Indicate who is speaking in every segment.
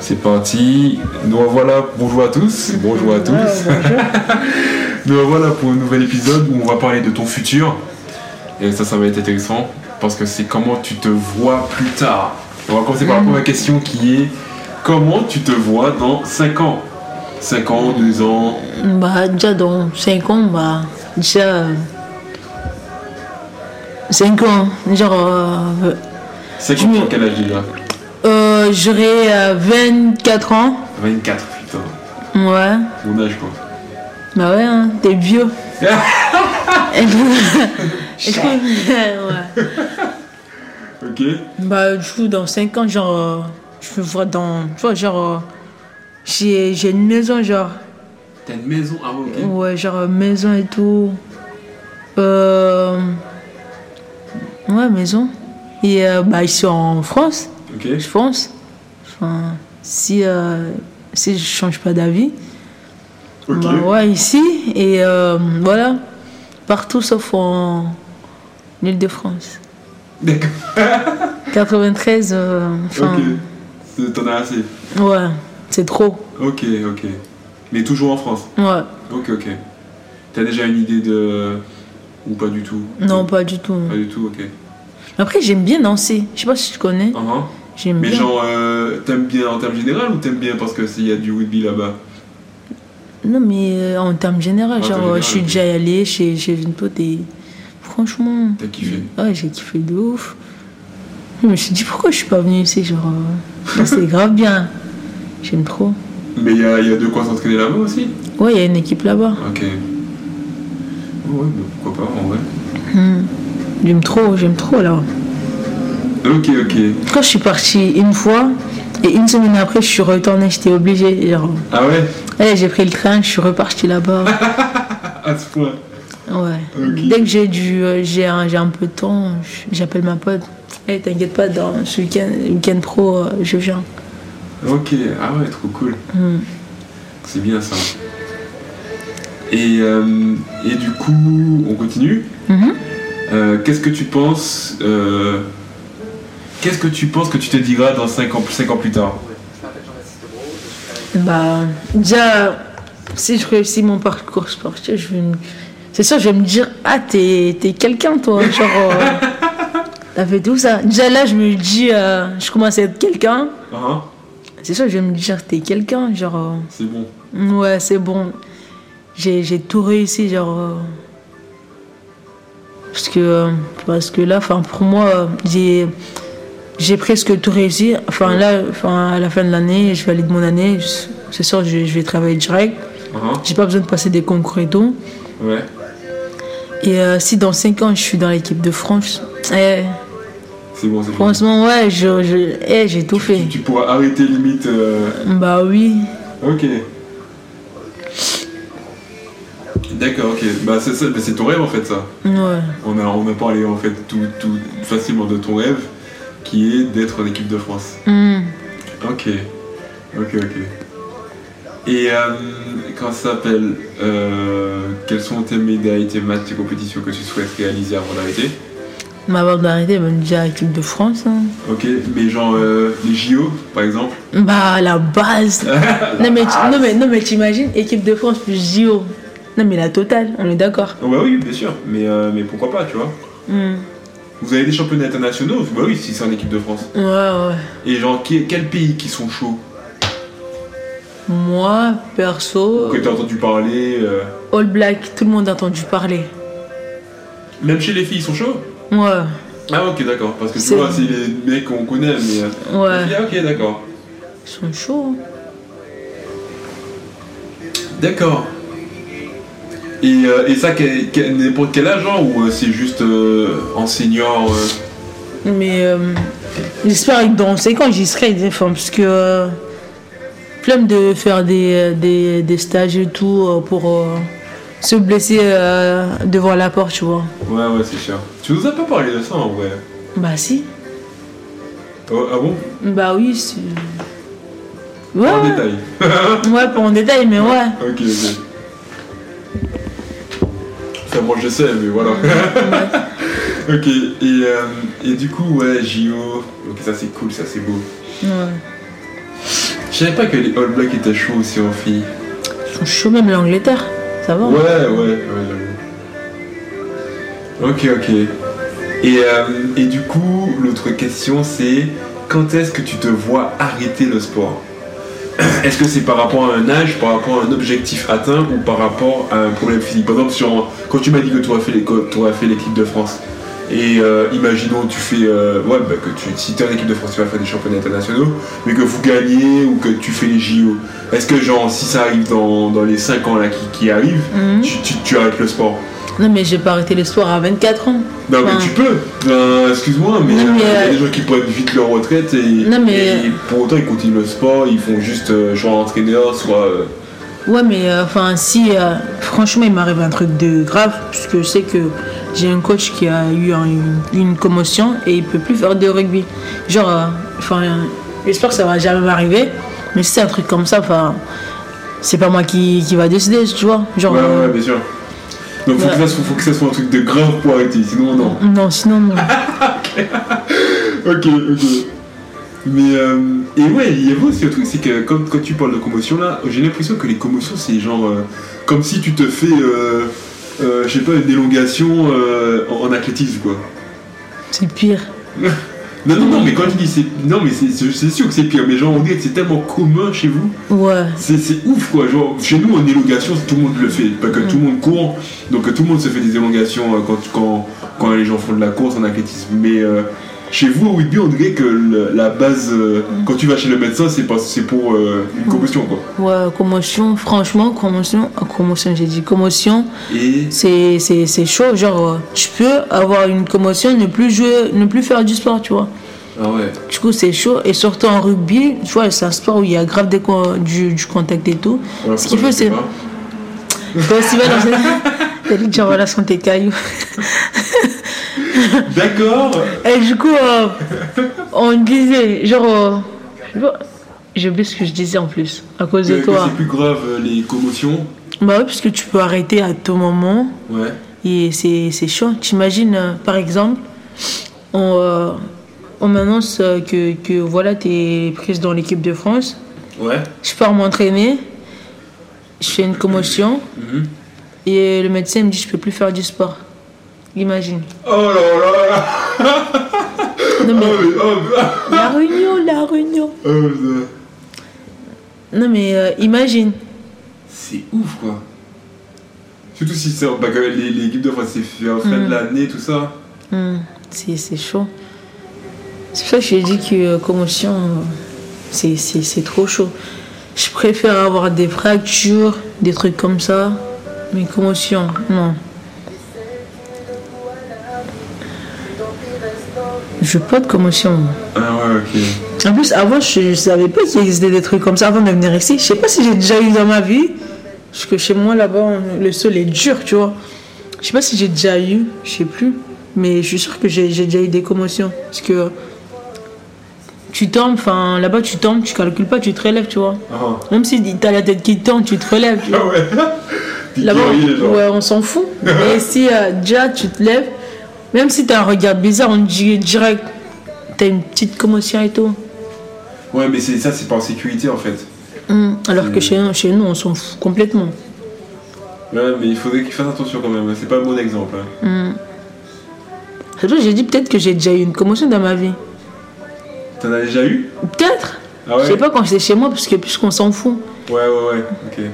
Speaker 1: C'est parti. Nous revoilà. Bonjour à tous. Bonjour à tous. Nous revoilà pour un nouvel épisode où on va parler de ton futur. Et ça, ça va être intéressant parce que c'est comment tu te vois plus tard. On va commencer par la première question qui est comment tu te vois dans 5 ans 5 ans, 2 ans
Speaker 2: Bah, déjà dans 5 ans, bah, déjà. 5 ans, genre. euh,
Speaker 1: 5 ans, tu as quel âge déjà
Speaker 2: euh, J'aurai euh, 24 ans.
Speaker 1: 24, putain.
Speaker 2: Ouais.
Speaker 1: Mon âge quoi.
Speaker 2: Bah ouais, hein, t'es vieux. Et puis- et puis, ouais.
Speaker 1: Ok
Speaker 2: Bah, du coup, dans 5 ans, genre. euh, je me vois dans. Tu vois, genre. euh, j'ai j'ai une maison, genre.
Speaker 1: T'as une maison Ah ouais, ok.
Speaker 2: Ouais, genre euh, maison et tout. Euh... Ouais, maison. Et euh, bah, ici en France,
Speaker 1: Ok.
Speaker 2: je pense. Enfin, si, euh, si je change pas d'avis.
Speaker 1: Ok.
Speaker 2: Bah, ouais, ici. Et euh, voilà. Partout sauf en Île-de-France.
Speaker 1: D'accord.
Speaker 2: 93, euh, enfin.
Speaker 1: Ok. C'est- T'en as assez.
Speaker 2: Ouais, c'est trop.
Speaker 1: Ok, ok. Mais toujours en France.
Speaker 2: Ouais.
Speaker 1: Ok, ok. T'as déjà une idée de. Ou pas du tout
Speaker 2: Non, pas du tout.
Speaker 1: Pas du tout, ok.
Speaker 2: Après, j'aime bien Nancy. Je sais pas si tu connais.
Speaker 1: Ah, ah.
Speaker 2: J'aime
Speaker 1: Mais
Speaker 2: bien.
Speaker 1: genre, euh, t'aimes bien en termes général ou t'aimes bien parce que s'il y a du rugby là-bas
Speaker 2: Non, mais euh, en termes généraux,
Speaker 1: Ah,
Speaker 2: genre,
Speaker 1: en termes
Speaker 2: euh, je suis
Speaker 1: généraux,
Speaker 2: déjà allée chez, chez une pote et franchement.
Speaker 1: T'as kiffé
Speaker 2: Ouais, j'ai kiffé de ouf. Je me suis dit pourquoi je suis pas venue ici, genre. euh, là, c'est grave bien. J'aime trop.
Speaker 1: Mais il y a, il y a de quoi s'entraîner là-bas aussi
Speaker 2: Ouais, il y a une équipe là-bas.
Speaker 1: Ok. Ouais, mais pourquoi pas en vrai
Speaker 2: Hmm. J'aime trop, j'aime trop là.
Speaker 1: Ok, ok.
Speaker 2: Quand je suis partie une fois et une semaine après, je suis retournée, j'étais obligée. Genre,
Speaker 1: Ah ouais
Speaker 2: ouais, j'ai pris le train, je suis repartie là-bas.
Speaker 1: À ce point.
Speaker 2: Ouais.
Speaker 1: Ok.
Speaker 2: Dès que j'ai du, euh, j'ai un, j'ai un peu de temps, je- j'appelle ma pote. Eh, t'inquiète pas, dans ce week-end, week-end pro, euh, je viens.
Speaker 1: Ok, ah ouais, trop cool.
Speaker 2: Hmm.
Speaker 1: C'est bien ça. Et, euh, et du coup, on continue
Speaker 2: Mhm.
Speaker 1: Euh, qu'est-ce que tu penses euh, Qu'est-ce que tu penses que tu te diras dans 5 ans, 5 ans plus tard
Speaker 2: Bah, déjà, si je réussis mon parcours sportif, je vais me- c'est sûr, je vais me dire, ah, t'es, t'es quelqu'un, toi. hein, Genre, euh, t'as fait tout ça. Déjà là, je me dis, euh, je commence à être quelqu'un.
Speaker 1: Hein
Speaker 2: C'est sûr, je vais me dire, t'es quelqu'un. Genre, euh,
Speaker 1: C'est bon.
Speaker 2: Ouais, c'est bon. J'ai j'ai tout réussi, genre. euh, Parce que, euh, parce que là, enfin, pour moi, euh, j'ai j'ai presque tout réussi. Enfin, là, enfin, à la fin de l'année, je valide mon année. Je- C'est sûr, je, je vais travailler direct.
Speaker 1: Hein
Speaker 2: J'ai pas besoin de passer des concours et tout.
Speaker 1: Ouais.
Speaker 2: Et euh, si dans 5 ans, je suis dans l'équipe de France, eh,
Speaker 1: C'est bon, c'est bon.
Speaker 2: franchement, ouais, je- je- eh, j'ai tout fait.
Speaker 1: Tu, tu pourras arrêter limite. euh,
Speaker 2: Bah oui.
Speaker 1: Ok. D'accord, ok. Bah c'est ça, mais c'est ton rêve en fait ça.
Speaker 2: Ouais.
Speaker 1: On a, on a parlé en fait tout, tout facilement de ton rêve qui est d'être en équipe de France.
Speaker 2: Hmm.
Speaker 1: Ok, ok, ok. Et euh, quand ça s'appelle, euh, quelles sont tes médailles, tes matchs, tes compétitions que tu souhaites réaliser avant d'arrêter
Speaker 2: Ma barre d'arrêter, bah, déjà l'équipe de France. hein.
Speaker 1: Ok, mais genre euh, les JO par exemple
Speaker 2: Bah, la base. non, mais, tu- non, mais, non, mais t'imagines, équipe de France plus JO. Non, mais la totale, on est d'accord.
Speaker 1: Oh, Bah oui, bien sûr, mais, euh, mais pourquoi pas, tu vois
Speaker 2: Hmm.
Speaker 1: Vous avez des championnats internationaux Bah oui, si c'est en équipe de France.
Speaker 2: Ouais, ouais.
Speaker 1: Et genre, qui, quel pays qui sont chauds
Speaker 2: Moi, perso,
Speaker 1: Que t'as entendu parler euh,
Speaker 2: All Black, tout le monde a entendu parler.
Speaker 1: Même chez les filles, ils sont chauds
Speaker 2: Ouais,
Speaker 1: Ah ok, d'accord, parce que tu
Speaker 2: C'est-
Speaker 1: vois, c'est les mecs qu'on connaît, mais... euh, les
Speaker 2: ouais.
Speaker 1: filles, ah, ok, d'accord.
Speaker 2: Ils sont chauds. hein.
Speaker 1: D'accord. Et, euh, et ça, quel- quel- n'importe quel âge, genre, ou euh, c'est juste euh, en senior euh,
Speaker 2: Mais euh, j'espère que dans 5 ans, j'y serai. des fois, parce que. euh, flemme de faire des, des, des stages et tout euh, pour euh, se blesser euh, devant la porte, tu vois.
Speaker 1: Ouais, ouais, c'est cher. Tu nous as pas parlé de ça, en vrai.
Speaker 2: Bah, si.
Speaker 1: Oh, ah bon
Speaker 2: Bah oui, c'est. Ouais,
Speaker 1: En
Speaker 2: ouais.
Speaker 1: détail.
Speaker 2: ouais, pas en détail, mais ouais.
Speaker 1: Ok, ok. Enfin, moi, je sais, mais voilà. ok, et, euh, et du coup, ouais, JO. Ok, ça, c'est cool, ça, c'est beau.
Speaker 2: Ouais.
Speaker 1: Je Je savais pas que les All Blacks étaient chauds aussi en filles.
Speaker 2: Ils sont chauds, même l'Angleterre. Ça va hein.
Speaker 1: Ouais, ouais, ouais, j'avoue. Ok, ok. Et, euh, et du coup, l'autre question c'est quand est-ce que tu te vois arrêter le sport Est-ce que c'est par rapport à un âge, par rapport à un objectif atteint ou par rapport à un problème physique Par exemple, sur- quand tu m'as dit que tu aurais fait les- que t'aurais fait l'équipe de France, et euh, imaginons tu fais euh, ouais, bah, que tu, si tu es en équipe de France, tu vas faire des championnats internationaux, mais que vous gagnez ou que tu fais les JO, est-ce que genre si ça arrive dans, dans les 5 ans là qui, qui arrivent,
Speaker 2: Mhm.
Speaker 1: tu, tu- tu arrêtes le sport
Speaker 2: Non, mais j'ai pas arrêté le sport à 24 ans.
Speaker 1: non mais
Speaker 2: Enfin,
Speaker 1: tu peux, Ben, excuse-moi, mais
Speaker 2: Oui,
Speaker 1: euh, il
Speaker 2: mais,
Speaker 1: y a
Speaker 2: euh,
Speaker 1: des gens qui prennent vite leur retraite et,
Speaker 2: Non, mais, euh,
Speaker 1: et pour autant ils continuent le sport, ils font juste euh, soit entraîneur, soit... euh,
Speaker 2: Ouais, mais euh, enfin, si euh, franchement il m'arrive un truc de grave, puisque je sais que j'ai un coach qui a eu un- une, une commotion et il peut plus faire de rugby. Genre, euh, enfin, euh, j'espère que ça va jamais m'arriver, mais si c'est un truc comme ça, enfin, c'est pas moi qui, qui va décider, tu vois. Genre,
Speaker 1: Ouais, ouais,
Speaker 2: euh,
Speaker 1: ouais, bien sûr. Donc faut,
Speaker 2: Ouais.
Speaker 1: que ça, soit- faut que ça soit un truc de grave pour arrêter, sinon non.
Speaker 2: non, sinon, non.
Speaker 1: Ok, ok. Mais euh, et ouais, il y a aussi un truc, c'est que quand, quand tu parles de commotion là, j'ai l'impression que les commotions c'est genre euh, comme si tu te fais, euh, euh, je sais pas, une élongation euh, en, en athlétisme quoi.
Speaker 2: c'est pire.
Speaker 1: Non, non, non, mais quand tu dis c'est, non mais c'est, c'est- c'est sûr que c'est pire, mais genre on dirait que c'est tellement commun chez vous,
Speaker 2: Ouais.
Speaker 1: c'est, c'est ouf quoi. Genre chez nous en élongation tout le monde le fait, pas que tout le monde court, donc euh, tout le monde se fait des élongations euh, quand quand quand les gens font de la course en athlétisme, mais euh, chez vous, au rugby, on dirait que le- la base, euh, quand tu vas chez le médecin, c'est pas- c'est pour euh, une commotion, quoi.
Speaker 2: Ouais, commotion, franchement, commotion, ah, commotion, j'ai dit commotion,
Speaker 1: Et
Speaker 2: c'est- c'est c'est chaud. Genre, euh, je peux avoir une commotion, ne plus jouer, ne plus faire du sport, tu vois.
Speaker 1: ah ouais.
Speaker 2: Du coup, c'est chaud. Et surtout en rugby, tu vois, c'est un sport où il y a grave des co- du, du contact et tout. Ce qu'il faut, c'est. Toi aussi, va dans cette- T'as dit que tu envoies la santé caillou.
Speaker 1: D'accord.
Speaker 2: Et du coup, euh, on disait, genre. euh, je sais pas, J'ai oublié ce que je disais en plus, à cause de
Speaker 1: Que- que
Speaker 2: toi.
Speaker 1: C'est plus grave euh, les commotions.
Speaker 2: Bah oui, parce que tu peux arrêter à tout moment.
Speaker 1: Ouais.
Speaker 2: Et c'est c'est chaud. T'imagines, euh, par exemple, on, euh, on m'annonce euh, que, que voilà, t'es prise dans l'équipe de France.
Speaker 1: Ouais.
Speaker 2: Je pars m'entraîner, je fais une commotion
Speaker 1: Mhm.
Speaker 2: et le médecin me dit je peux plus faire du sport. Imagine.
Speaker 1: Oh là là là.
Speaker 2: Non
Speaker 1: Oh,
Speaker 2: mais
Speaker 1: mais- oh, mais-
Speaker 2: la réunion, la réunion.
Speaker 1: oh, putain.
Speaker 2: Non mais euh, imagine.
Speaker 1: C'est ouf quoi. Surtout si c'est bah, quand même, les- l'équipe de France, c'est fin fin de
Speaker 2: Mhm.
Speaker 1: l'année, tout ça.
Speaker 2: Hmm, c'est c'est chaud. C'est pour ça que j'ai dit que euh, commotion, euh, c'est- c'est c'est trop chaud. Je préfère avoir des fractures, des trucs comme ça, mais commotion, non. Je veux pas de commotion. moi.
Speaker 1: Ah ouais, ok.
Speaker 2: En plus, avant, je, je savais pas qu'il existait des trucs comme ça avant de venir ici. Je sais pas si j'ai déjà eu dans ma vie. Parce que chez moi, là-bas, on- le sol est dur, tu vois. Je sais pas si j'ai déjà eu, je sais plus. Mais je suis sûre que j'ai j'ai déjà eu des commotions. Parce que tu tombes, enfin, là-bas, tu tombes, tu calcules pas, tu te relèves, tu vois.
Speaker 1: Ah,
Speaker 2: Même si t'as la tête qui tombe, tu te relèves. tu vois.
Speaker 1: ah ouais. T'es
Speaker 2: Là-bas,
Speaker 1: guerrier, genre.
Speaker 2: on, ouais, on s'en fout. Mais si euh, déjà tu te lèves, même si t'as un regard bizarre, on dirait direct, t'as une petite commotion et tout.
Speaker 1: Ouais, mais c'est ça, c'est pas en sécurité en fait.
Speaker 2: Mm, Alors que chez, chez nous, on s'en fout complètement.
Speaker 1: Ouais, mais il faudrait qu'ils fassent attention quand même. C'est pas un bon exemple. hein.
Speaker 2: C'est pour ça que j'ai dit peut-être que j'ai déjà eu une commotion dans ma vie.
Speaker 1: T'en as déjà eu
Speaker 2: Peut-être
Speaker 1: Ah ouais
Speaker 2: Je sais pas quand j'étais chez moi, parce que puisqu'on s'en fout.
Speaker 1: Ouais, ouais, ouais, ok.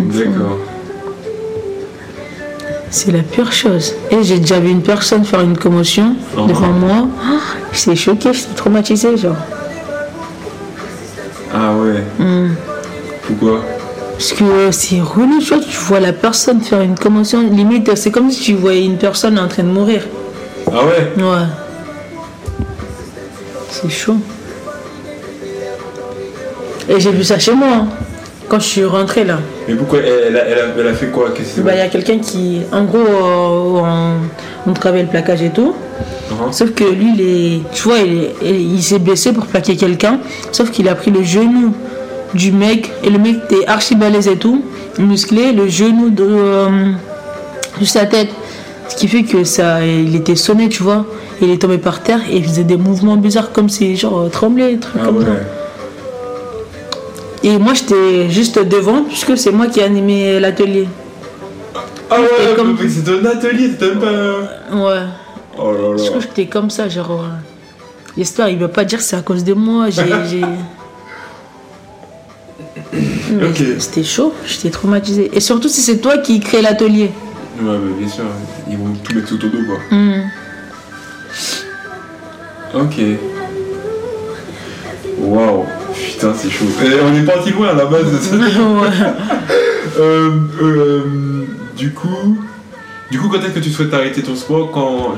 Speaker 1: D'accord.
Speaker 2: C'est la pire chose. Et j'ai déjà vu une personne faire une commotion
Speaker 1: Oh.
Speaker 2: devant moi. Ah, j'étais choquée, j'étais traumatisée, genre.
Speaker 1: Ah ouais.
Speaker 2: Mm.
Speaker 1: Pourquoi
Speaker 2: Parce que euh, c'est relou, tu vois, tu vois la personne faire une commotion. Limite, euh, c'est comme si tu voyais une personne en train de mourir.
Speaker 1: Ah ouais
Speaker 2: Ouais. C'est chaud. Et j'ai vu ça chez moi, hein, quand je suis rentrée là.
Speaker 1: Mais pourquoi elle, elle a, elle a- elle a fait quoi Qu'est-ce
Speaker 2: Bah, Il y a quelqu'un qui, en gros, euh, on, on travaille le plaquage et tout.
Speaker 1: Ah,
Speaker 2: Sauf que lui, il est- tu vois, il, est- il s'est blessé pour plaquer quelqu'un. Sauf qu'il a pris le genou du mec. Et le mec était archi balèze et tout, musclé, le genou de, euh, de sa tête. Ce qui fait que ça, il était sonné, tu vois. il est tombé par terre et il faisait des mouvements bizarres comme si genre euh, tremblait, des trucs
Speaker 1: Ah
Speaker 2: comme
Speaker 1: ouais.
Speaker 2: ça. Et moi j'étais juste devant puisque c'est moi qui animais l'atelier.
Speaker 1: Ah ouais,
Speaker 2: Et comme-
Speaker 1: mais c'est un atelier, c'est même pas.
Speaker 2: Ouais.
Speaker 1: Oh là
Speaker 2: Je
Speaker 1: là.
Speaker 2: crois que j'étais comme ça, genre. euh, J'espère il va pas dire que c'est à cause de moi. J'ai. j'ai- Mais
Speaker 1: Ok.
Speaker 2: C'était chaud, j'étais traumatisée. Et surtout si c'est toi qui crée l'atelier.
Speaker 1: Ouais, bah, bien sûr, ils vont tout mettre sous ton dos quoi.
Speaker 2: Hmm.
Speaker 1: Ok. Waouh, putain, c'est chaud. Et on est parti loin à la base de ça.
Speaker 2: Ouais.
Speaker 1: Euh, euh, du coup, du coup, quand est-ce que tu souhaites arrêter ton sport quand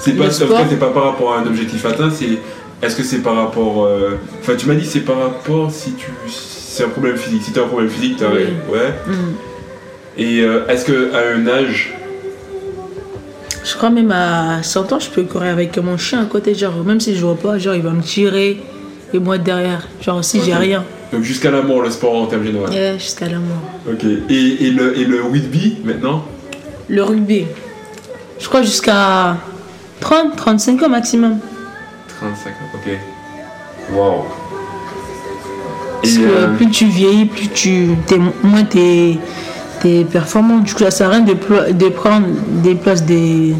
Speaker 1: c'est
Speaker 2: Le
Speaker 1: pas
Speaker 2: sport
Speaker 1: après, c'est pas par rapport à un objectif atteint, c'est est-ce que c'est par rapport euh, enfin tu m'as dit c'est par rapport si tu c'est un problème physique, si t'as un problème physique, t'arrêtes, ouais.
Speaker 2: Hmm.
Speaker 1: Et euh, est-ce que à un âge
Speaker 2: Je crois même à 100 ans, je peux courir avec mon chien à côté, genre même si je vois pas, genre il va me tirer et moi derrière, genre si j'ai
Speaker 1: Ok.
Speaker 2: rien,
Speaker 1: donc jusqu'à la mort le sport en termes généraux.
Speaker 2: Ouais, jusqu'à la mort.
Speaker 1: OK. Et, et le et le rugby maintenant
Speaker 2: Le rugby, je crois jusqu'à 30, 35 ans maximum.
Speaker 1: 35 ans. OK. Waouh.
Speaker 2: Parce que
Speaker 1: euh,
Speaker 2: plus tu vieillis, plus tu t'es moins t'es t'es performant. Du coup, ça sert à rien de, plo- de prendre des places des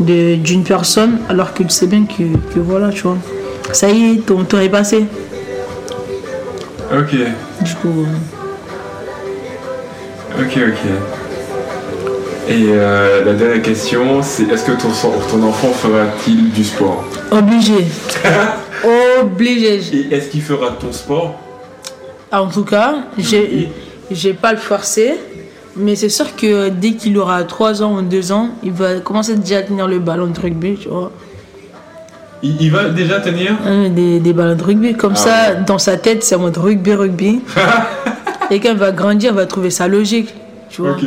Speaker 2: de- d'une personne alors que tu sais bien que, que voilà, tu vois. Ça y est, ton tour est passé.
Speaker 1: OK.
Speaker 2: Du coup, euh,
Speaker 1: Ok, ok. Et euh, la dernière question, c'est est-ce que ton, son- ton enfant fera-t-il du sport
Speaker 2: obligé. obligé.
Speaker 1: Et est-ce qu'il fera ton sport
Speaker 2: En tout cas, j'ai j'ai pas le forcé, mais c'est sûr que dès qu'il aura 3 ans ou 2 ans, il va commencer déjà à tenir le ballon de rugby, tu vois.
Speaker 1: il, il va déjà tenir
Speaker 2: Euh, Des, des ballons de rugby, comme
Speaker 1: Ah
Speaker 2: ça, dans sa tête, c'est en mode rugby, rugby. Et quand il va grandir, il va trouver ça logique, tu vois.
Speaker 1: Ok.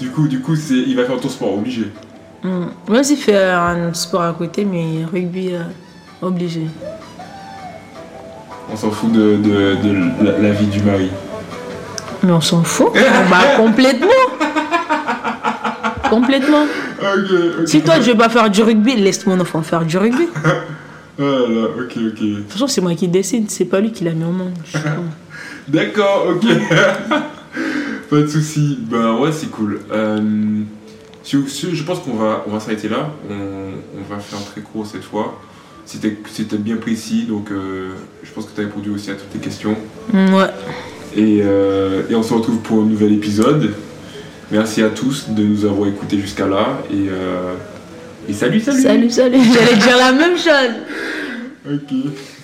Speaker 1: Du coup, du coup, c'est il va faire ton sport, obligé.
Speaker 2: Mm. Moi j'ai fait euh, un autre sport à côté, mais rugby, euh, obligé.
Speaker 1: On s'en fout de, de- de la, la vie du mari.
Speaker 2: Mais on s'en fout, bah complètement. complètement.
Speaker 1: Ok, ok.
Speaker 2: Si toi, je vais pas faire du rugby, laisse mon enfant faire du rugby. De
Speaker 1: Ah là, ok, ok.
Speaker 2: toute façon, c'est moi qui décide, c'est pas lui qui l'a mis au monde. je suis con.
Speaker 1: D'accord, ok. Pas de soucis. Bah ouais, c'est cool. Euh, si- si- je pense qu'on va, on va s'arrêter là. On, on va faire très court cette fois. C'était c'était bien précis, donc euh, je pense que tu as répondu aussi à toutes tes questions.
Speaker 2: Mm, ouais.
Speaker 1: Et, euh, et on se retrouve pour un nouvel épisode. Merci à tous de nous avoir écoutés jusqu'à là. Et, euh, et salut, salut
Speaker 2: Salut, salut. J'allais dire la même chose.
Speaker 1: Ok.